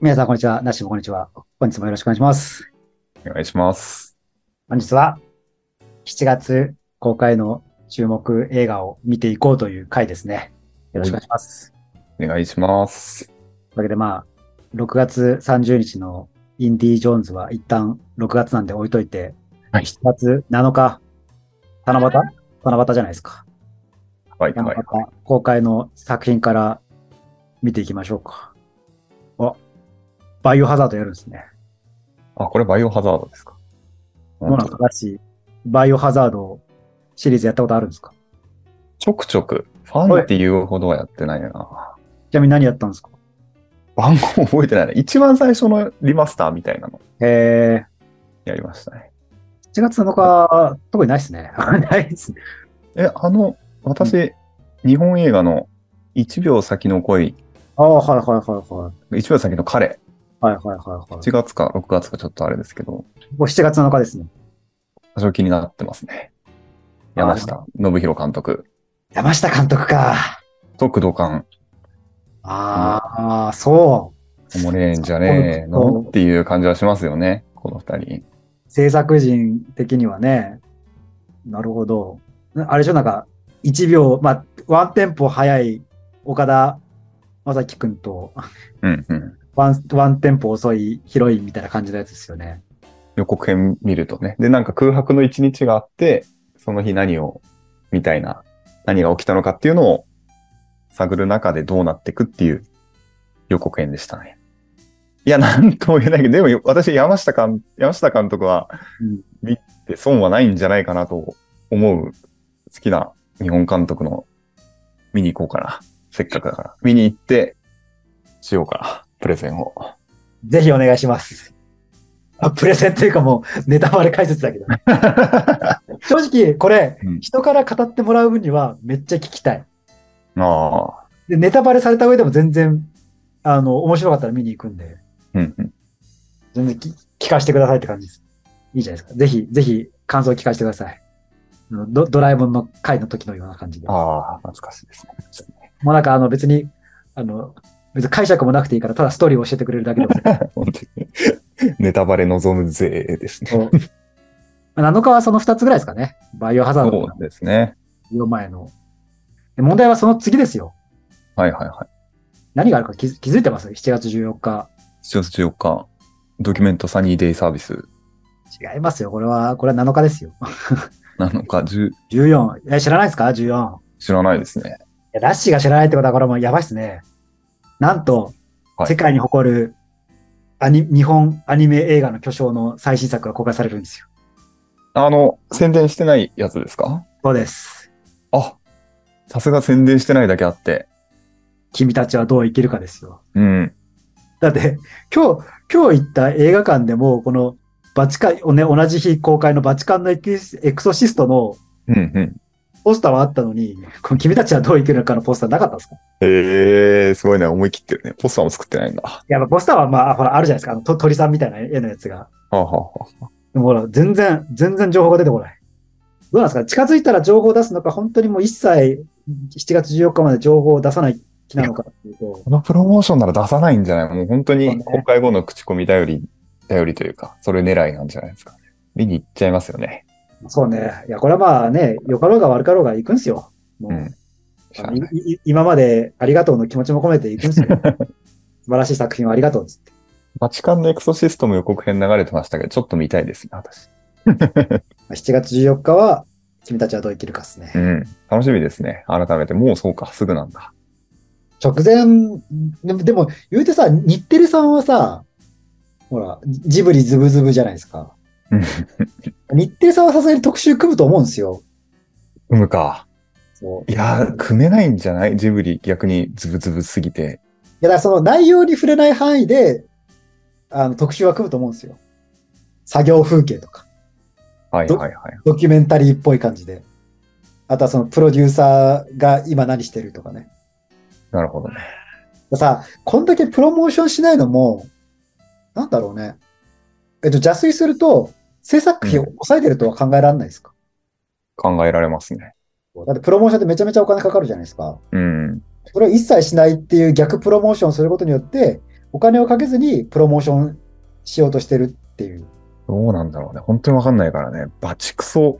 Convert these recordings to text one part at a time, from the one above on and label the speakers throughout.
Speaker 1: 皆さん、こんにちは。なしもこんにちは。本日もよろしくお願いします。
Speaker 2: お願いします。
Speaker 1: 本日は、7月公開の注目映画を見ていこうという回ですね。よろしくお願いします。
Speaker 2: お願いします。
Speaker 1: というわけで、まあ、6月30日のインディ・ジョーンズは一旦6月なんで置いといて、
Speaker 2: はい
Speaker 1: 7月7日、七夕七夕じゃないですか。
Speaker 2: はい、
Speaker 1: 七
Speaker 2: はい
Speaker 1: 夕。公開の作品から見ていきましょうか。あ、バイオハザードやるんですね。
Speaker 2: あ、これバイオハザードですか。
Speaker 1: どうなんですか私バイオハザードシリーズやったことあるんですか
Speaker 2: ちょくちょく、ファンっていうほどはやってないな。
Speaker 1: ちなみに何やったんですか
Speaker 2: 番号覚えてないな。一番最初のリマスターみたいなの
Speaker 1: え
Speaker 2: やりましたね。
Speaker 1: ー、7月7日、特にないですね。 ないですね。
Speaker 2: え、あの、私、日本映画の1秒先の恋、
Speaker 1: ああ、はいはいはいはい。
Speaker 2: 1秒先の彼、
Speaker 1: はいはいはいはい
Speaker 2: 7。月か6月かちょっとあれですけど、
Speaker 1: もう7月7日ですね。
Speaker 2: 多少気になってますね。山下信弘監督、
Speaker 1: 山下監督か。
Speaker 2: 特度感、
Speaker 1: ああ、そう。
Speaker 2: おもれんじゃねえのっていう感じはしますよね、この二人。
Speaker 1: 制作人的にはね。なるほど。あれでしょ、なんか、1秒、まあ、ワンテンポ早い岡田将生君と、
Speaker 2: うんうん。
Speaker 1: ワンワンテンポ遅いヒロインみたいな感じのやつですよね。
Speaker 2: 予告編見るとね。で、なんか空白の一日があって、その日何を、みたいな、何が起きたのかっていうのを探る中でどうなっていくっていう予告編でしたね。いや、なんとも言えないけど、でも私、山下監山下監督は
Speaker 1: うん
Speaker 2: 見て損はないんじゃないかなと思う好きな日本監督の見に行こうかな。せっかくだから。見に行って、しようかな。プレゼン を。
Speaker 1: ぜひお願いします。あプレゼンというかもうネタバレ解説だけど。
Speaker 2: あ
Speaker 1: 正直これ、
Speaker 2: うん
Speaker 1: 人から語ってもらう分にはめっちゃ聞きたい。
Speaker 2: あ。
Speaker 1: で、ネタバレされた上でも全然、あの、面白かったら見に行くんで、
Speaker 2: うんうん。
Speaker 1: 全然き聞かせてくださいって感じです。いいじゃないですか。ぜひ、ぜひ感想を聞かせてください。あのドドラえもんの回の時のような感じで。も
Speaker 2: ああ、懐かしいですね。
Speaker 1: うなんかあの別に、あの、別に解釈もなくていいから、ただストーリーを教えてくれるだけで も。
Speaker 2: 本当に。ネタバレ望むぜですね。
Speaker 1: そう7日はその2つぐらいですかね。バイオハザード
Speaker 2: そ
Speaker 1: の
Speaker 2: うですね。
Speaker 1: 4前の。で問題はその次ですよ。
Speaker 2: はいはいはい。
Speaker 1: 何があるか気づ気づいてます ?7 月14日。
Speaker 2: 7月14日、ドキュメントサニーデイサービス
Speaker 1: 違いますよ。これは、これは7日ですよ。
Speaker 2: 7日、10
Speaker 1: 14。え、知らないですか ?14。い
Speaker 2: 知らないですね。
Speaker 1: や、ラッシーが知らないってことは、これもうやばいっすね。なんと、
Speaker 2: はい
Speaker 1: 世界に誇るアニ日本アニメ映画の巨匠の最新作が公開されるんですよ。
Speaker 2: あの、宣伝してないやつですか
Speaker 1: そうです。
Speaker 2: あ、さすが宣伝してないだけあって。
Speaker 1: 君たちはどう生きるかですよ。
Speaker 2: うん。
Speaker 1: だって、今日、今日行った映画館でも、このバチカン、ね、同じ日公開のバチカンのエキスエクソシストの
Speaker 2: うんうん。
Speaker 1: ポスターはあったのに、この君たちはどう生きるのかのポスターなかったんですかい
Speaker 2: へえー、すごいね。思い切ってるね。ポスターも作ってないんだ。は
Speaker 1: や、まあポスターはまあ、ほら、あるじゃないですか。あのと鳥さんみたいな絵のやつが。
Speaker 2: あ、はあは
Speaker 1: でもほら、全然、全然情報が出てこない。どうなんですか近づいたら情報を出すのか、本当にもう一切7月14日まで情報を出さない気なのかっていうと
Speaker 2: あ、、このプロモーションなら出さないんじゃないもう本当
Speaker 1: そう
Speaker 2: に
Speaker 1: ね
Speaker 2: 公開後の口コミ頼り、頼りというか、それ狙いなんじゃないですか、ね。見に行っちゃいますよね。
Speaker 1: そうね。いや、これはまあね、よかろうが悪かろうが行くんですよ。もう、
Speaker 2: うんしゃあ
Speaker 1: あ
Speaker 2: ない
Speaker 1: のいい今までありがとうの気持ちも込めて行くんですよ。素晴らしい作品をありがとうっつって。
Speaker 2: バチカンのエクソシストも予告編流れてましたけど、ちょっと見たいですね、私。
Speaker 1: 7月14日は、君たちはどう生きるかですね。
Speaker 2: うん。楽しみですね。改めて。もうそうか、すぐなんだ。
Speaker 1: 直前、でも、でも言うてさ、日テレさんはさ、ほら、ジブリズブズブじゃないですか。
Speaker 2: うん
Speaker 1: 日テレさんはさすがに特集組むと思うんですよ。
Speaker 2: 組むか。
Speaker 1: そう
Speaker 2: い
Speaker 1: い
Speaker 2: やー、
Speaker 1: い
Speaker 2: 組めないんじゃないジブリ、逆にズブズブすぎて。
Speaker 1: やだからその内容に触れない範囲で、あの特集は組むと思うんですよ。作業風景とか、
Speaker 2: はい
Speaker 1: ど
Speaker 2: はいはい。
Speaker 1: ドキュメンタリーっぽい感じで。あとはそのプロデューサーが今何してるとかね。
Speaker 2: なるほどね。
Speaker 1: さ、こんだけプロモーションしないのも、なんだろうね。えっと、邪推すると、制作費を抑えてるとは考えられないですか、
Speaker 2: 考えられますね。
Speaker 1: だってプロモーションってめちゃめちゃお金かかるじゃないですか。
Speaker 2: うん。
Speaker 1: それを一切しないっていう逆プロモーションをすることによって、お金をかけずにプロモーションしようとしてるっていう。
Speaker 2: どうなんだろうね。本当にわかんないからね。バチクソ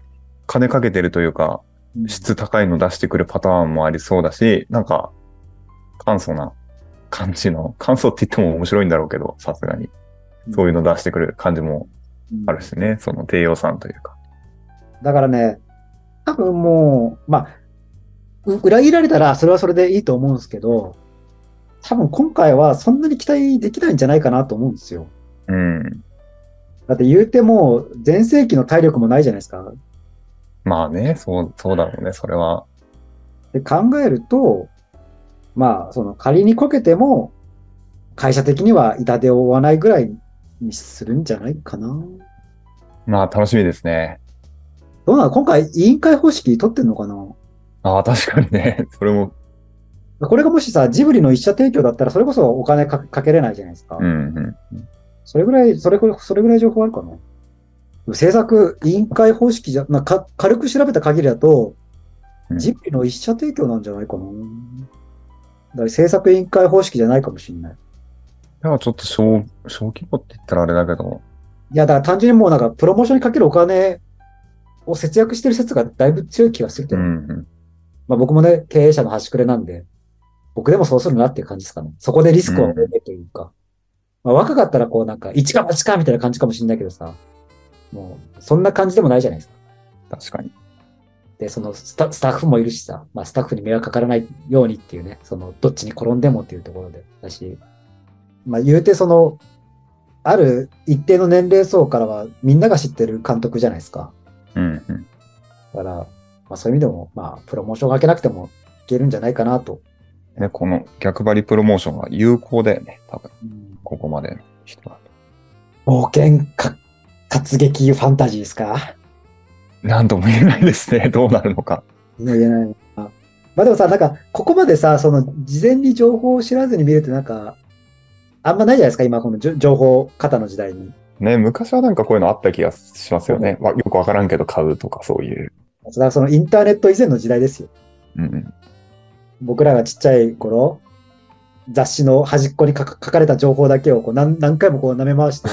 Speaker 2: 金かけてるというか、質高いの出してくるパターンもありそうだし、なんか、簡素な感じの、簡素って言っても面白いんだろうけど、さすがに。そういうの出してくる感じもあるしね。その低予算というか。
Speaker 1: だからね、多分もう、まあ、う裏切られたらそれはそれでいいと思うんですけど、多分今回はそんなに期待できないんじゃないかなと思うんですよ。
Speaker 2: うん。
Speaker 1: だって言うても、全盛期の体力もないじゃないですか。
Speaker 2: まあね、そう、そうだろうね。それは。
Speaker 1: で考えると、まあ、その仮にこけても、会社的には痛手を負わないぐらいにするんじゃないかな。
Speaker 2: まあ楽しみですね。
Speaker 1: どうなの今回委員会方式取ってんのかな
Speaker 2: ああ、確かにね。 それも、
Speaker 1: これがもしさ、ジブリの一社提供だったら、それこそお金かかけれないじゃないですか。
Speaker 2: うん、うん。
Speaker 1: それぐらい、それぐらい、それぐらい情報あるかな。でも制作委員会方式じゃ、なか軽く調べた限りだと
Speaker 2: う、ん
Speaker 1: ジブリの一社提供なんじゃないかな。だから制作委員会方式じゃないかもしれない。
Speaker 2: ではちょっと小、小規模って言ったらあれだけど、
Speaker 1: いや、だから単純にもうなんかプロモーションにかけるお金を節約してる説がだいぶ強い気がするけ
Speaker 2: う
Speaker 1: ど、
Speaker 2: ん、うん。
Speaker 1: まあ僕もね、経営者の端くれなんで、僕でもそうするなっていう感じですかね。そこでリスクを負えるというか。まあ若かったらこうなんか、一か八かみたいな感じかもしれないけどさ、もうそんな感じでもないじゃないですか。
Speaker 2: 確かに。
Speaker 1: で、そのスタスタッフもいるしさ、まあスタッフに迷惑かからないようにっていうね、そのどっちに転んでもっていうところで、だし、まあ言うてその、ある一定の年齢層からはみんなが知ってる監督じゃないですか。
Speaker 2: うん、うん。
Speaker 1: だから、まあ、そういう意味でも、まあ、プロモーションかけなくてもいけるんじゃないかなと。
Speaker 2: で、この逆張りプロモーションは有効だよね。多分、ここまでの人だと。
Speaker 1: 冒険か、活劇ファンタジーですか
Speaker 2: なんとも言えないですね。どうなるのか。
Speaker 1: ね言えないなまあでもさ、なんか、ここまでさ、その、事前に情報を知らずに見るってなんか、あんまないじゃないですか、今このじょ情報型の時代に。
Speaker 2: ね、昔はなんかこういうのあった気がしますよね。まあ、よくわからんけど買うとかそういう。
Speaker 1: だからそのインターネット以前の時代ですよ。
Speaker 2: うんうん。
Speaker 1: 僕らがちっちゃい頃、雑誌の端っこに書か書かれた情報だけをこう何何回もこう舐め回して、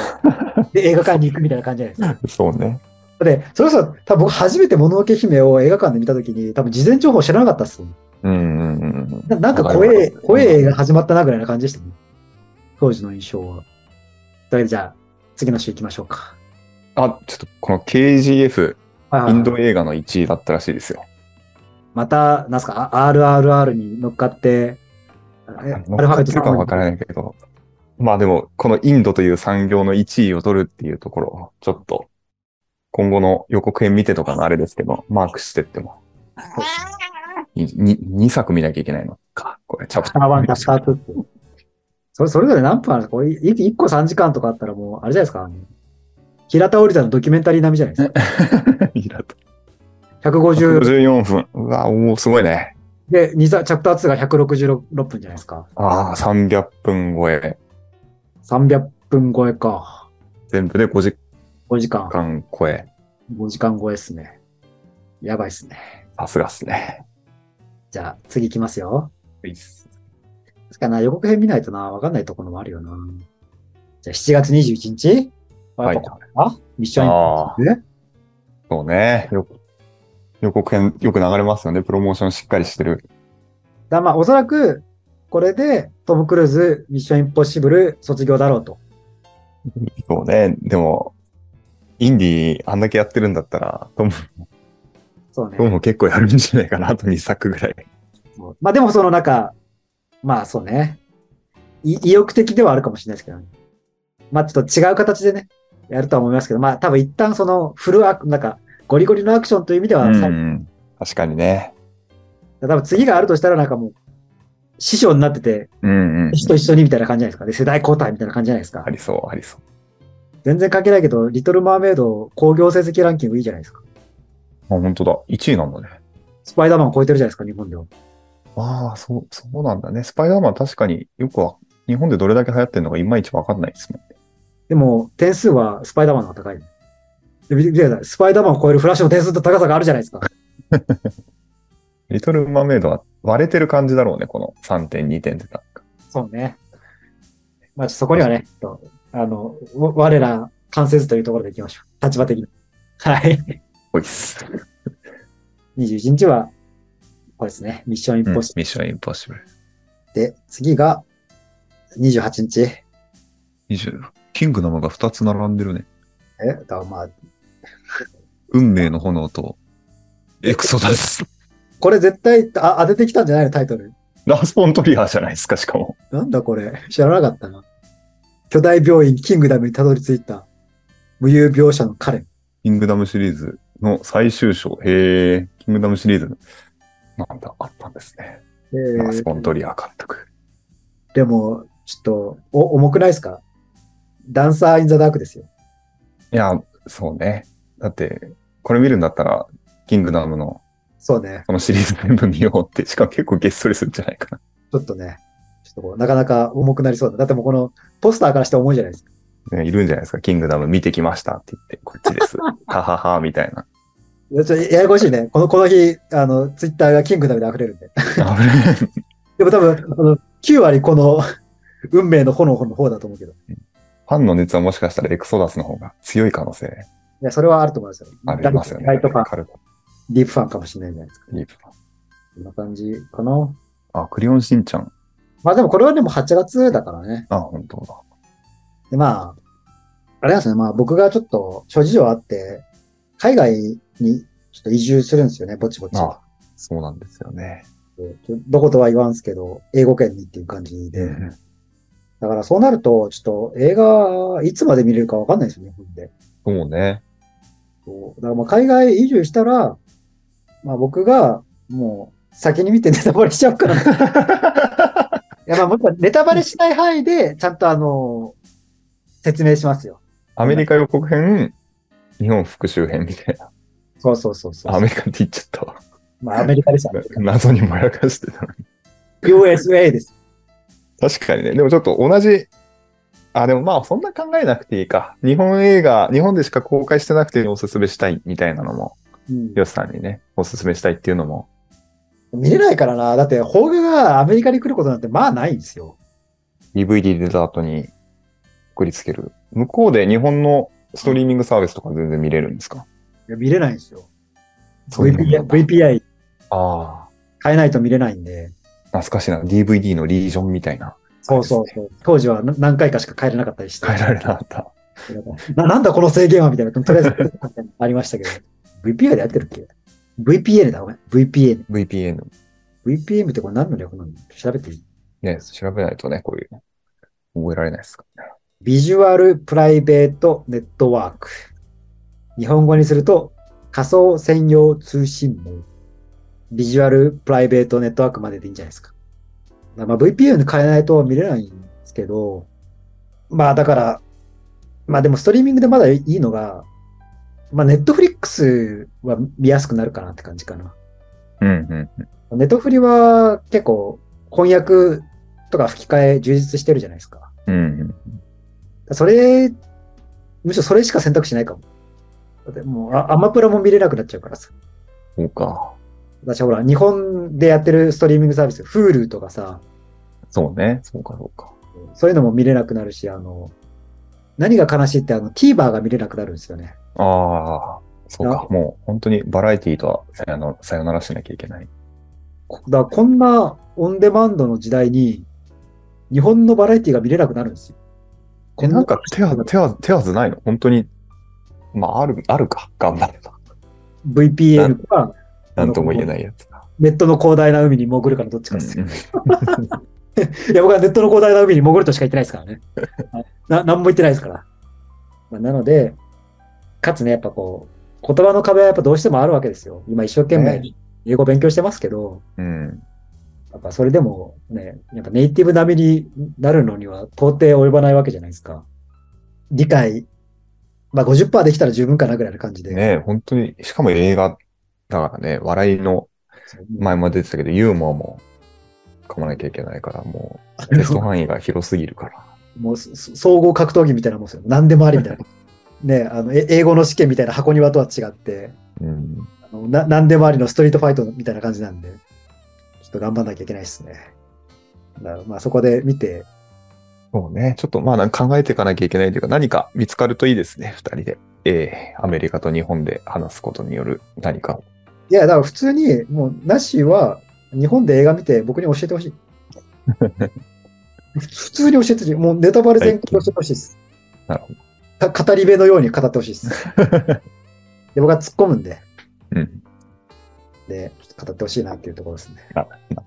Speaker 1: で映画館に行くみたいな感じじゃないですか。
Speaker 2: そうね。
Speaker 1: で、それこそ、多分僕初めてもののけ姫を映画館で見たときに、多分事前情報知らなかったっすもん
Speaker 2: うんうんうんうん。
Speaker 1: ななんか
Speaker 2: わか
Speaker 1: 怖
Speaker 2: る
Speaker 1: え、
Speaker 2: わかる
Speaker 1: 怖え映画始まったなぐらいな感じでしたね。当時の印象は。というわけで、じゃあ、次の週行きましょうか。
Speaker 2: あ、ちょっとこの KGF、
Speaker 1: はいは
Speaker 2: イ
Speaker 1: い
Speaker 2: ンド映画の1位だったらしいですよ。
Speaker 1: また、なんすか、あ RRR に乗っかって、えアルフ
Speaker 2: 乗っか
Speaker 1: ァベッ
Speaker 2: っ
Speaker 1: ト
Speaker 2: てるかはわからないけど。まあでも、このインドという産業の1位を取るっていうところ、ちょっと、今後の予告編見てとかのあれですけど、マークしてっても。2作見なきゃいけないのか。これ、チャプ
Speaker 1: チャプター1、チャプター2って。それそれぞれ何分あるんですかこれ1個3時間とかあったらもう、あれじゃないですか。あの平田織田のドキュメンタリー並みじゃないですか。
Speaker 2: いらっ
Speaker 1: 150
Speaker 2: 54分。うわ、おーすごいね。
Speaker 1: で、二作チャプター2が166分じゃないですか。
Speaker 2: ああ、300分超え。
Speaker 1: 300分超えか。
Speaker 2: 全部で5時
Speaker 1: 5時間。
Speaker 2: 間超え。
Speaker 1: 5時間超えっすね。やばいっすね。
Speaker 2: さすがっすね。
Speaker 1: じゃあ、次行きますよ。確かな、予告編見ないとな、わかんないところもあるよな。じゃあ、7月21日
Speaker 2: はい
Speaker 1: やっぱこれかミッションイン
Speaker 2: あ
Speaker 1: ポッシブル
Speaker 2: そうね。よ予告編よく流れますよね。プロモーションしっかりしてる。
Speaker 1: だまあ、おそらく、これで、トム・クルーズ、ミッションインポッシブル卒業だろうと。
Speaker 2: そうね。でも、インディーあんだけやってるんだったら、トム
Speaker 1: そうね
Speaker 2: ト。ムも結構やるんじゃないかな。あと2作ぐらい。
Speaker 1: そうまあ、でもその中、まあ、そうね。い意欲的ではあるかもしれないですけどね。まあ、ちょっと違う形でね、やるとは思いますけど、まあ、多分一旦そのフルアク、なんか、ゴリゴリのアクションという意味では、
Speaker 2: う
Speaker 1: 最
Speaker 2: ん。確かにね。
Speaker 1: 多分次があるとしたらなんかもう、師匠になってて、
Speaker 2: うんうん。
Speaker 1: 人と一緒にみたいな感じじゃないですか。で、世代交代みたいな感じじゃないですか
Speaker 2: あ。りそう、ありそう。
Speaker 1: 全然関係ないけど、リトル・マーメイド興行成績ランキングいいじゃないですか。
Speaker 2: あ、本当だ。1位なんだね。
Speaker 1: スパイダーマン超えてるじゃないですか、日本では。
Speaker 2: ああ、そう、そうなんだね。スパイダーマン確かによくは、日本でどれだけ流行ってるのかいまいちわかんないですもんね。
Speaker 1: でも、点数はスパイダーマンの方が高い。で見て見てください。スパイダーマンを超えるフラッシュの点数と高さがあるじゃないですか。
Speaker 2: リトル・マーメイドは割れてる感じだろうね、この3.2点ってなんか。
Speaker 1: そうね。まあ、そこにはね、ちょっとあの、わ我ら関せずというところでいきましょう。立場的に。はい。
Speaker 2: ほいっす。
Speaker 1: 21日は、これですね。ミッションイン
Speaker 2: うん
Speaker 1: ポッ
Speaker 2: ミッ
Speaker 1: シ
Speaker 2: ションインポッシブル。
Speaker 1: ブルで、次が28日。え、
Speaker 2: 20。キングダムが2つ並んでるね。
Speaker 1: だからまあ、
Speaker 2: 運命の炎と、エクソダス。
Speaker 1: これ絶対あ当ててきたんじゃないのタイトル。
Speaker 2: ラスポントリアーじゃないですか、しかも。
Speaker 1: なんだこれ。知らなかったな。巨大病院キングダムにたどり着いた無遊病者の彼。
Speaker 2: キングダムシリーズの最終章。へえ、キングダムシリーズ。なんだ、あったんですね。
Speaker 1: えー
Speaker 2: ラスポントリアー監督。
Speaker 1: でも、ちょっと、お、重くないですかダンサー・イン・ザ・ダークですよ。
Speaker 2: いや、そうね。だって、これ見るんだったら、キングダムの
Speaker 1: そうね。
Speaker 2: このシリーズ全部見ようって、しかも結構げっそりするんじゃないかな。
Speaker 1: ちょっとね、ちょっとこう、なかなか重くなりそうだ。だってもうこの、ポスターからして重いじゃないですか。
Speaker 2: ねいるんじゃないですか。キングダム見てきましたって言って、こっちです。ははは、みたいな。
Speaker 1: いやちょややこしいね。この、この日、あの、ツイッターがキングダムで溢れるんで。
Speaker 2: 危ね
Speaker 1: でも多分、あの、9割この、運命の炎の方だと思うけど。い
Speaker 2: ファンの熱はもしかしたらエクソダスの方が強い可能性
Speaker 1: や、それはあると思いますよ。
Speaker 2: ありますよね。
Speaker 1: ライトファン、
Speaker 2: カルト
Speaker 1: ディープファンかもしれないじゃないですか。
Speaker 2: リープファン
Speaker 1: こんな感じかな。
Speaker 2: あ、クリオンしんちゃん。
Speaker 1: まあでもこれはでも8月だからね。
Speaker 2: あ、本当だ。
Speaker 1: で、まあ、あれなんですね、まあ僕がちょっと諸事情あって、海外にちょっと移住するんですよね、ぼちぼち。
Speaker 2: あそうなんですよね。
Speaker 1: えっとどことは言わんすけど、英語圏にっていう感じで。だからそうなると、ちょっと映画、いつまで見れるかわかんないですよね、日本で。
Speaker 2: そうね。
Speaker 1: そうだからまあ海外移住したら、まあ僕がもう先に見てネタバレしちゃうから、い やまあ僕はネタバレしない範囲で、ちゃんとあの、説明しますよ。
Speaker 2: アメリカ予告編、日本復習編みたいな。
Speaker 1: そうそうそうそう。
Speaker 2: アメリカって言っちゃったわ。
Speaker 1: まあアメリカでしたね。
Speaker 2: 謎にもやかしてたのに。
Speaker 1: USA です。
Speaker 2: 確かにね。でもちょっと同じ、あ、でもまあそんな考えなくていいか。日本映画、日本でしか公開してなくておすすめしたいみたいなのも、
Speaker 1: うん
Speaker 2: ヨシさんにね、おすすめしたいっていうのも。
Speaker 1: 見れないからな。だって、邦画がアメリカに来ることなんてまあないんですよ。
Speaker 2: DVD デザートに送りつける。向こうで日本のストリーミングサービスとか全然見れるんですか
Speaker 1: いや見れないんですよ。
Speaker 2: そういうもんな
Speaker 1: VPI,
Speaker 2: んだ
Speaker 1: VPI
Speaker 2: あ
Speaker 1: 変えないと見れないんで。
Speaker 2: あ、懐かしいな。DVD のリージョンみたいな。
Speaker 1: そうそうそう。当時はな何回かしか変えれなかったりして。
Speaker 2: 変えられなかった。
Speaker 1: ななんだこの制限はみたいな。とりあえず、ありましたけど。VPI でやってるっけ ?VPN だ、ごめん。VPN。
Speaker 2: VPN。
Speaker 1: VPN ってこれ何の略なの調べていい
Speaker 2: ね、調べないとね、こういうの。覚えられないですからね。
Speaker 1: ビジュアルプライベートネットワーク。日本語にすると仮想専用通信網。ビジュアルプライベートネットワークまででいいんじゃないですか。まあ、VPN 変えないと見れないんですけど、まあだから、まあでもストリーミングでまだいいのが、まあネットフリックスは見やすくなるかなって感じかな。
Speaker 2: うんうんうん。
Speaker 1: ネットフリは結構翻訳とか吹き替え充実してるじゃないですか。
Speaker 2: うんうん、
Speaker 1: それ、むしろそれしか選択肢ないかも。だってもう、あアマプラも見れなくなっちゃうからさ。
Speaker 2: そうか。
Speaker 1: 私ほら、日本でやってるストリーミングサービス、Hulu とかさ、
Speaker 2: そうね。そうか、そうか。
Speaker 1: そういうのも見れなくなるし、あの、何が悲しいって、あの、TVer が見れなくなるんですよね。
Speaker 2: ああ、そう
Speaker 1: な
Speaker 2: か。もう本当にバラエティとはさよならさよならしなきゃいけない。
Speaker 1: こだからこんなオンデマンドの時代に、日本のバラエティが見れなくなるんですよ。
Speaker 2: え、なんか手は、手は、手はずないの本当に。まあ、ある、あるか。頑張れば。
Speaker 1: VPN か、
Speaker 2: なんとも言えないやつだ。
Speaker 1: ネットの広大な海に潜るかのどっちかですよ。
Speaker 2: うんうん
Speaker 1: いや、僕はネットの広大な海に潜るとしか言ってないですから ね。はいな、なんも言ってないですから。まあ、なので、かつね、やっぱこう、言葉の壁はやっぱどうしてもあるわけですよ。今一生懸命
Speaker 2: ね
Speaker 1: 英語勉強してますけど、
Speaker 2: うん。
Speaker 1: やっぱそれでもね、やっぱネイティブ並みになるのには到底及ばないわけじゃないですか。理解、まあ50%できたら十分かなぐらいの感じで。
Speaker 2: ね本当に、しかも映画だからね、笑いの
Speaker 1: そう
Speaker 2: 前も出てたけど、ユーモアも噛まなきゃいけないから、も
Speaker 1: あ
Speaker 2: う、テスト
Speaker 1: の
Speaker 2: 範囲が広すぎるから。
Speaker 1: もうそそ総合格闘技みたいなもんですよ。何でもありみた いな。ね、あの、え英語の試験みたいな箱庭とは違って、
Speaker 2: うん。
Speaker 1: あのな何でもありのストリートファイトみたいな感じなんで、ちょっと頑張んなきゃいけないですね。だからまあそこで見て、
Speaker 2: そうね。ちょっとまあなんか考えていかなきゃいけないというか、何か見つかるといいですね、二人で。えーアメリカと日本で話すことによる何かを。
Speaker 1: いや、だから普通に、もう、ナッシーは、日本で映画見て、僕に教えてほしい。 普通に教えてほしい。もう、ネタバレ全開教えてほしいです。
Speaker 2: なるほ
Speaker 1: ど。語り部のように語ってほしい です。で、僕は突っ込むんで、
Speaker 2: うん。
Speaker 1: で、ちょっと語ってほしいなっていうところですね。
Speaker 2: あな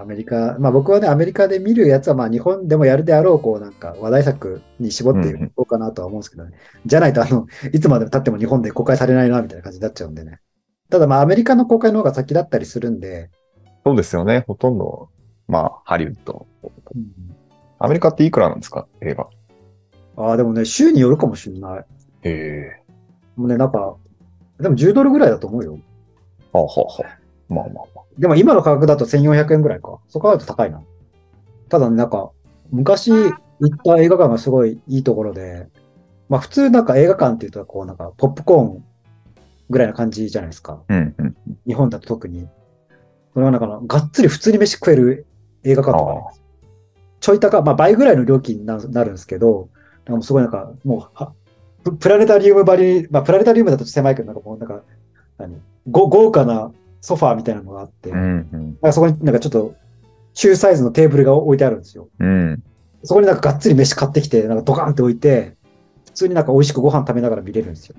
Speaker 1: アメリカ、まあ僕はね、アメリカで見るやつは、まあ日本でもやるであろう、こうなんか話題作に絞ってい
Speaker 2: うんうん
Speaker 1: こうかなとは思うんですけどね。じゃないと、あの、いつまで経っても日本で公開されないな、みたいな感じになっちゃうんでね。ただまあアメリカの公開の方が先だったりするんで、
Speaker 2: そうですよね。ほとんど、まあ、ハリウッド。アメリカっていくらなんですか映画。
Speaker 1: ああ、でもね、週によるかもしれない。
Speaker 2: へえ。
Speaker 1: もうね、なんか、でも10ドルぐらいだと思うよ。
Speaker 2: あはは。まあまあまあ。
Speaker 1: でも今の価格だと1400円ぐらいか。そこだと高いな。ただね、なんか、昔行った映画館がすごいいいところで、まあ普通なんか映画館っていうと、こうなんかポップコーンぐらいな感じじゃないですか。
Speaker 2: うんうん。
Speaker 1: 日本だと特に。それはなんかながっつり普通に飯食える映画館とかね
Speaker 2: あ
Speaker 1: ちょい高、まあ倍ぐらいの料金にななるんですけど、なんかもうすごいなんか、もうはプ、プラネタリウムばりに、まあプラネタリウムだと狭いけど、なんかもうなんか、何ご豪華なソファーみたいなのがあって、
Speaker 2: うん
Speaker 1: なんかそこになんかちょっと、中サイズのテーブルが置いてあるんですよ。
Speaker 2: うん。うん。
Speaker 1: そこになんかがっつり飯買ってきて、なんかドカンって置いて、普通になんか美味しくご飯食べながら見れるんですよ。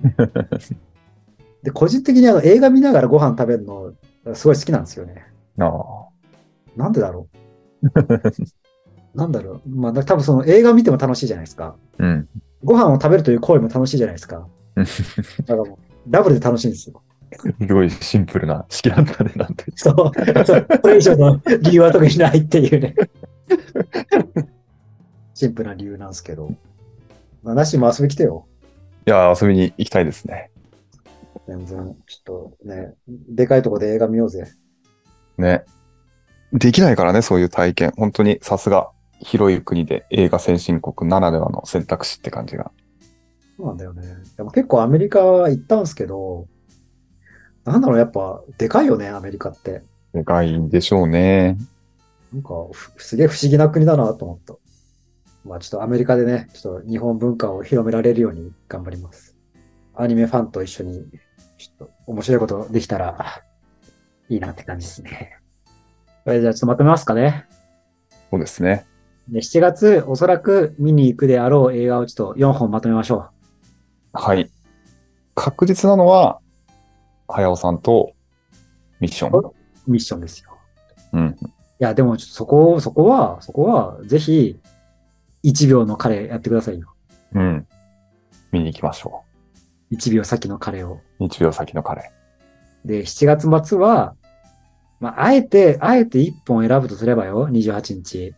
Speaker 1: で、個人的にあの映画見ながらご飯食べるの、すごい好きなんですよね。
Speaker 2: なあ。
Speaker 1: なんでだろうなんだろうまあ、だ多分その映画見ても楽しいじゃないですか。
Speaker 2: うん。
Speaker 1: ご飯を食べるという行為も楽しいじゃないですか。だからもう、ダブルで楽しいんですよ。
Speaker 2: すごいシンプルな式だったね、なんて。
Speaker 1: そう。そうこれ以上の理由は特にないっていうね。 シンプルな理由なんですけど。まあ、なしも遊び来てよ。
Speaker 2: いやー、遊びに行きたいですね。
Speaker 1: 全然。ちょっとね、でかいとこで映画見ようぜ。
Speaker 2: ね。できないからね、そういう体験。本当にさすが、広い国で映画先進国ならではの選択肢って感じが。
Speaker 1: そうなんだよね。でも結構アメリカは行ったんですけど、なんだろう、やっぱ、でかいよね、アメリカって。
Speaker 2: でかいんでしょうね。
Speaker 1: なんか、ふすげえ不思議な国だなと思った。まあちょっとアメリカでね、ちょっと日本文化を広められるように頑張ります。アニメファンと一緒に、ちょっと面白いことできたらいいなって感じですね。それじゃあちょっとまとめますかね。
Speaker 2: そうですね。
Speaker 1: で7月、おそらく見に行くであろう映画をちょっと4本まとめましょ
Speaker 2: はい。確実なのは、早尾さんとミッション。
Speaker 1: う。ミッションですよ。
Speaker 2: うん。
Speaker 1: いや、でもちょっとそこを、そこは、そこは、ぜひ、1秒の彼やってくださいよ。
Speaker 2: うん。見に行きましょ
Speaker 1: 1秒先の彼を。
Speaker 2: う。1秒先のカレ
Speaker 1: で、7月末は、まあ、あえて、あえて1本選ぶとすればよ、28日。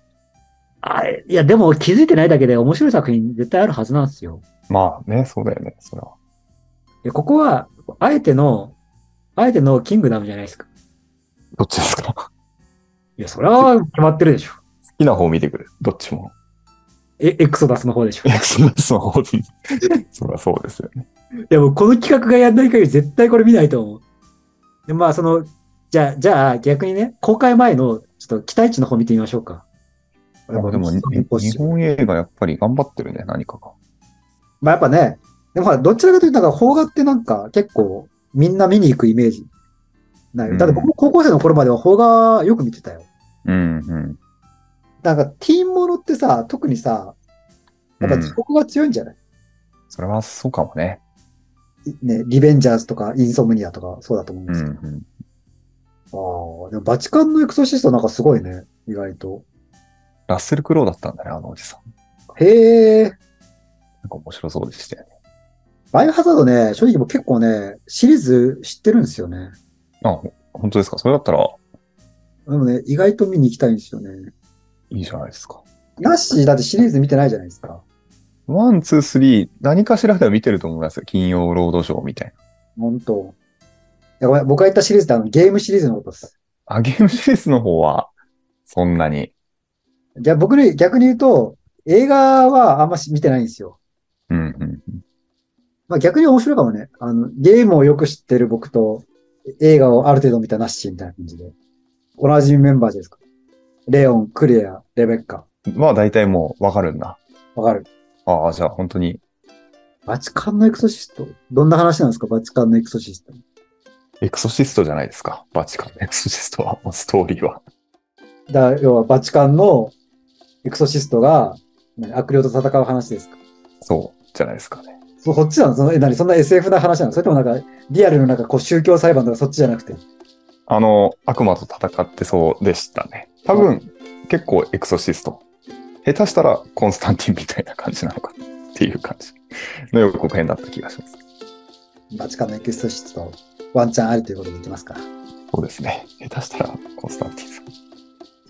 Speaker 1: あれ、いや、でも気づいてないだけで面白い作品絶対あるはずなんですよ。
Speaker 2: ー。まあね、そうだよね、それは。
Speaker 1: でここは、あえての、あえてのキングダムじゃないですか。
Speaker 2: どっちですか 好
Speaker 1: いや、それは決まってるでしょ。
Speaker 2: きな方を見てくる。どっちも。
Speaker 1: え、エクソダスの方でしょ。
Speaker 2: いや、そりゃそうです。そりゃそうですよね。
Speaker 1: でもうこの企画がやんない限り絶対これ見ないと思う。で、まあ、その、じゃあ、じゃあ逆にね、公開前の、ちょっと期待値の方見てみましょうか。
Speaker 2: まあ でも、
Speaker 1: ミッシ
Speaker 2: に
Speaker 1: ョンインポッシブ
Speaker 2: 日
Speaker 1: ル
Speaker 2: 本映画やっぱり頑張ってるね、何かが。
Speaker 1: まあやっぱね、でもほら、どちらかというと、なんか、邦画ってなんか、結構、みんな見に行くイメージ。な
Speaker 2: うん
Speaker 1: いだって僕も高校生の頃までは邦画よく見てたよ。
Speaker 2: うんうん。
Speaker 1: なんか、ティーンものってさ、特にさ、やっぱ自国が強いんじゃない、
Speaker 2: それはそうかもね。
Speaker 1: ね、リベンジャーズとか、インソムニアとか、そうだと思うんですけど。
Speaker 2: ん。
Speaker 1: ああ、でもバチカンのエクソシストなんかすごいね、意外と。
Speaker 2: ラッセル・クロウだったんだね、あのおじさん。
Speaker 1: へえ。
Speaker 2: なんか面白そうでしたよね。
Speaker 1: バイオハザードね、正直もう結構ね、シリーズ知ってるんですよね。
Speaker 2: あ、ほ本当ですかそれだったら
Speaker 1: でもね、意外と見に行きたいんですよね。
Speaker 2: いいじゃないですか。
Speaker 1: ナッシーだってシリーズ見てないじゃないですか。
Speaker 2: ワン、ツー、スリー、何かしらでは見てると思いますよ。金曜ロードショーみたいな。
Speaker 1: 本当。いやごめん僕が言ったシリーズってあのゲームシリーズのことです。
Speaker 2: あ、ゲームシリーズの方は、そんなに。
Speaker 1: じゃあ僕に逆に言うと、映画はあんまし見てないんですよ。
Speaker 2: うんうん。
Speaker 1: まあ逆に面白いかもね。あの、ゲームをよく知ってる僕と、映画をある程度見たナッシーみたいな感じで。同じメンバーじゃないですか。レオン、クレア、レベッカ。
Speaker 2: は大体もうわかるんだ。
Speaker 1: わかる。
Speaker 2: ああ、じゃあ本当に
Speaker 1: バチカンのエクソシストどんな話なんですかバチカンのエクソシスト。
Speaker 2: エクソシストじゃないですか。バチカンのエクソシストは、もうストーリーは。
Speaker 1: だ要はバチカンのエクソシストが何悪霊と戦う話ですか
Speaker 2: そう、じゃないですかね。
Speaker 1: そこっちなのそのえ何そんな SF な話なのそれともなんかリアルのなんかこう宗教裁判とかそっちじゃなくて。
Speaker 2: あの、悪魔と戦ってそうでしたね。多分、結構エクソシスト。下手したらコンスタンティンみたいな感じなのかなっていう感じの予告編だった気がします。
Speaker 1: バチカンのエクソシストワンチャンありということでいきますか。
Speaker 2: そうですね。下手したらコンスタンティンさん。
Speaker 1: じ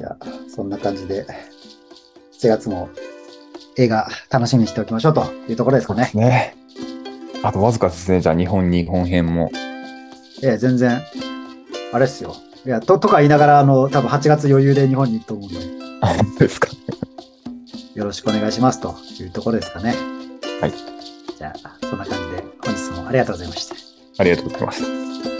Speaker 1: ゃあそんな感じで7月も映画楽しみにしておきましょうというところですかね。
Speaker 2: ね。あとわずかですね。じゃあ日本日本編も。
Speaker 1: いや、全然、あれっすよ。いや、と、とか言いながら、あの、多分8月余裕で日本に行くと思うんで、
Speaker 2: あ、本当ですか。
Speaker 1: よろしくお願いしますというところですかね。
Speaker 2: はい。
Speaker 1: じゃあ、そんな感じで、本日もありがとうございました。
Speaker 2: ありがとうございました。